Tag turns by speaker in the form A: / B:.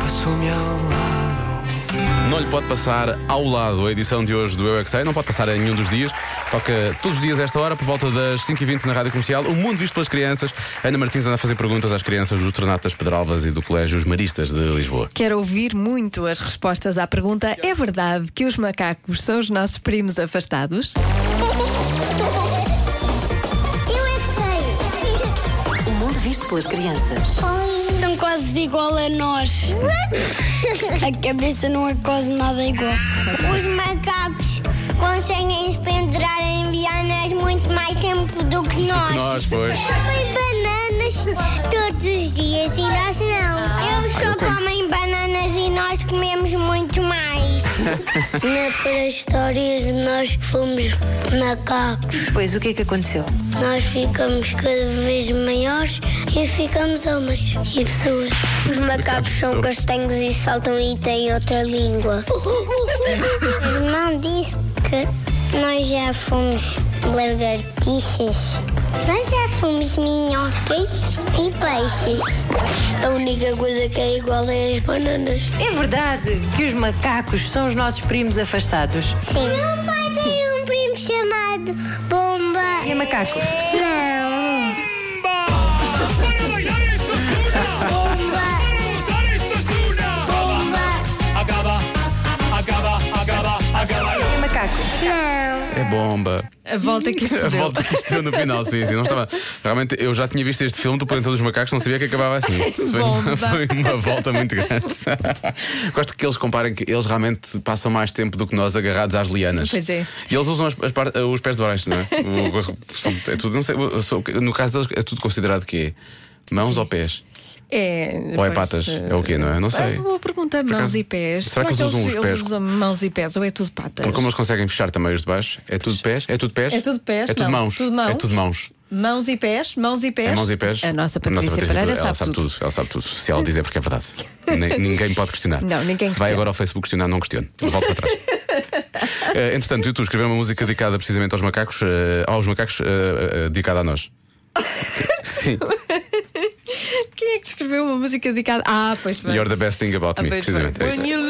A: Passou-me ao lado.
B: Não lhe pode passar ao lado a edição de hoje do Eu é Que Sei, não pode passar a nenhum dos dias. Toca todos os dias a esta hora, por volta das 5h20 na Rádio Comercial. O mundo visto pelas crianças. Ana Martins anda a fazer perguntas às crianças dos Tornato das Pedralvas e do Colégio Os Maristas de Lisboa.
C: Quero ouvir muito as respostas à pergunta: é verdade que os macacos são os nossos primos afastados?
D: Eu é que sei.
E: O mundo visto pelas crianças.
D: São quase igual a nós. a cabeça não é quase nada igual. Os macacos conseguem pendurar em lianas muito mais tempo do que nós.
B: Nós, pois.
D: Comem bananas todos os dias e nós não. Eles só comem bananas e nós comemos muito mais. Na pré-história nós fomos macacos.
E: Pois o que é que aconteceu?
D: Nós ficamos cada vez maiores e ficamos homens e pessoas. Os macacos são
B: Pessoas.
D: castanhos e saltam e têm outra língua. O irmão disse que nós já fomos lagartixas. Nós já fomos minhocas e peixes. A única coisa que é igual é as bananas.
E: É verdade que os macacos são os nossos primos afastados.
D: Sim. Meu pai tem um primo chamado Bomba.
E: E é macaco?
D: Não.
F: ¡Para bailar esto es una!
D: Bomba.
F: ¡Para usar esto es una!
D: Bomba.
F: Acaba, acaba, acaba, acaba.
E: É macaco.
D: Não.
B: É bomba.
C: A volta que isto
B: A
C: deu.
B: volta que isto deu no final, sim, sim. Não estava... Realmente, eu já tinha visto este filme do Planeta dos Macacos, não sabia que acabava assim. Isso Foi uma,
C: Bomba.
B: foi uma volta muito grande. Gosto que eles comparem que eles realmente passam mais tempo do que nós agarrados às lianas.
C: Pois é.
B: E eles usam as, as par- os pés de baixo, não é? O- são- é tudo, não sei, eu sou- no caso deles, é tudo considerado que Mãos ou pés?
C: É,
B: Ou é
C: pois,
B: patas?
C: eh,
B: É o quê, não é? Não sei.
C: é uma boa pergunta, mãos
B: acaso,
C: e pés.
B: será que eles usam os pés?
C: Eles usam mãos e pés ou é tudo patas?
B: Porque como eles conseguem fechar também os de baixo, é tudo pés? É tudo pés?
C: É tudo pés,
B: É tudo
C: não.
B: mãos.
C: Tudo mãos.
B: É tudo mãos.
C: Mãos e pés, mãos e pés.
B: É mãos e pés.
C: A nossa Patrícia, Pereira
B: ela sabe tudo. Ela sabe tudo. Se ela dizer porque é verdade. Nem- ninguém pode questionar.
C: Não,
B: Se vai
C: ninguém questiona.
B: agora ao Facebook questionar, não questione. Eu Volto para trás. Eh, entretanto, YouTube escreveu uma música dedicada precisamente aos macacos, eh, aos macacos, eh, eh, dedicada a nós. Sim.
C: Quem é que escreveu uma música dedicada? Ah, pois bem.
B: You're the best thing about me,
C: Ah, pois bem.
B: precisamente. É isso.
C: When you